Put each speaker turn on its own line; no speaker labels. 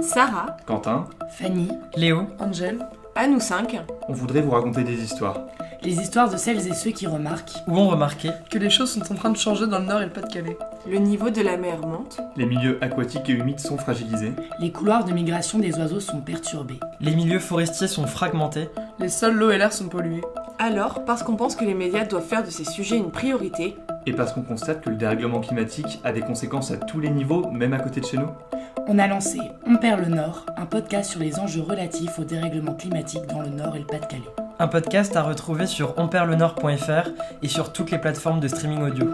Sarah,
Quentin,
Fanny,
Léo,
Angel,
à nous cinq,
on voudrait vous raconter des histoires.
les histoires de celles et ceux qui remarquent
où ont remarqué
que les choses sont en train de changer dans le Nord et le Pas-de-Calais.
le niveau de la mer monte,
Les milieux aquatiques et humides sont fragilisés.
les couloirs de migration des oiseaux sont perturbés.
les milieux forestiers sont fragmentés,
Les sols, l'eau et l'air sont pollués.
alors parce qu'on pense que les médias doivent faire de ces sujets une priorité,
Et parce qu'on constate que le dérèglement climatique a des conséquences à tous les niveaux, même à côté de chez nous.
On a lancé On perd le Nord, un podcast sur les enjeux relatifs au dérèglement climatique dans le Nord et le Pas-de-Calais.
un podcast à retrouver sur onperlenord.fr et sur toutes les plateformes de streaming audio.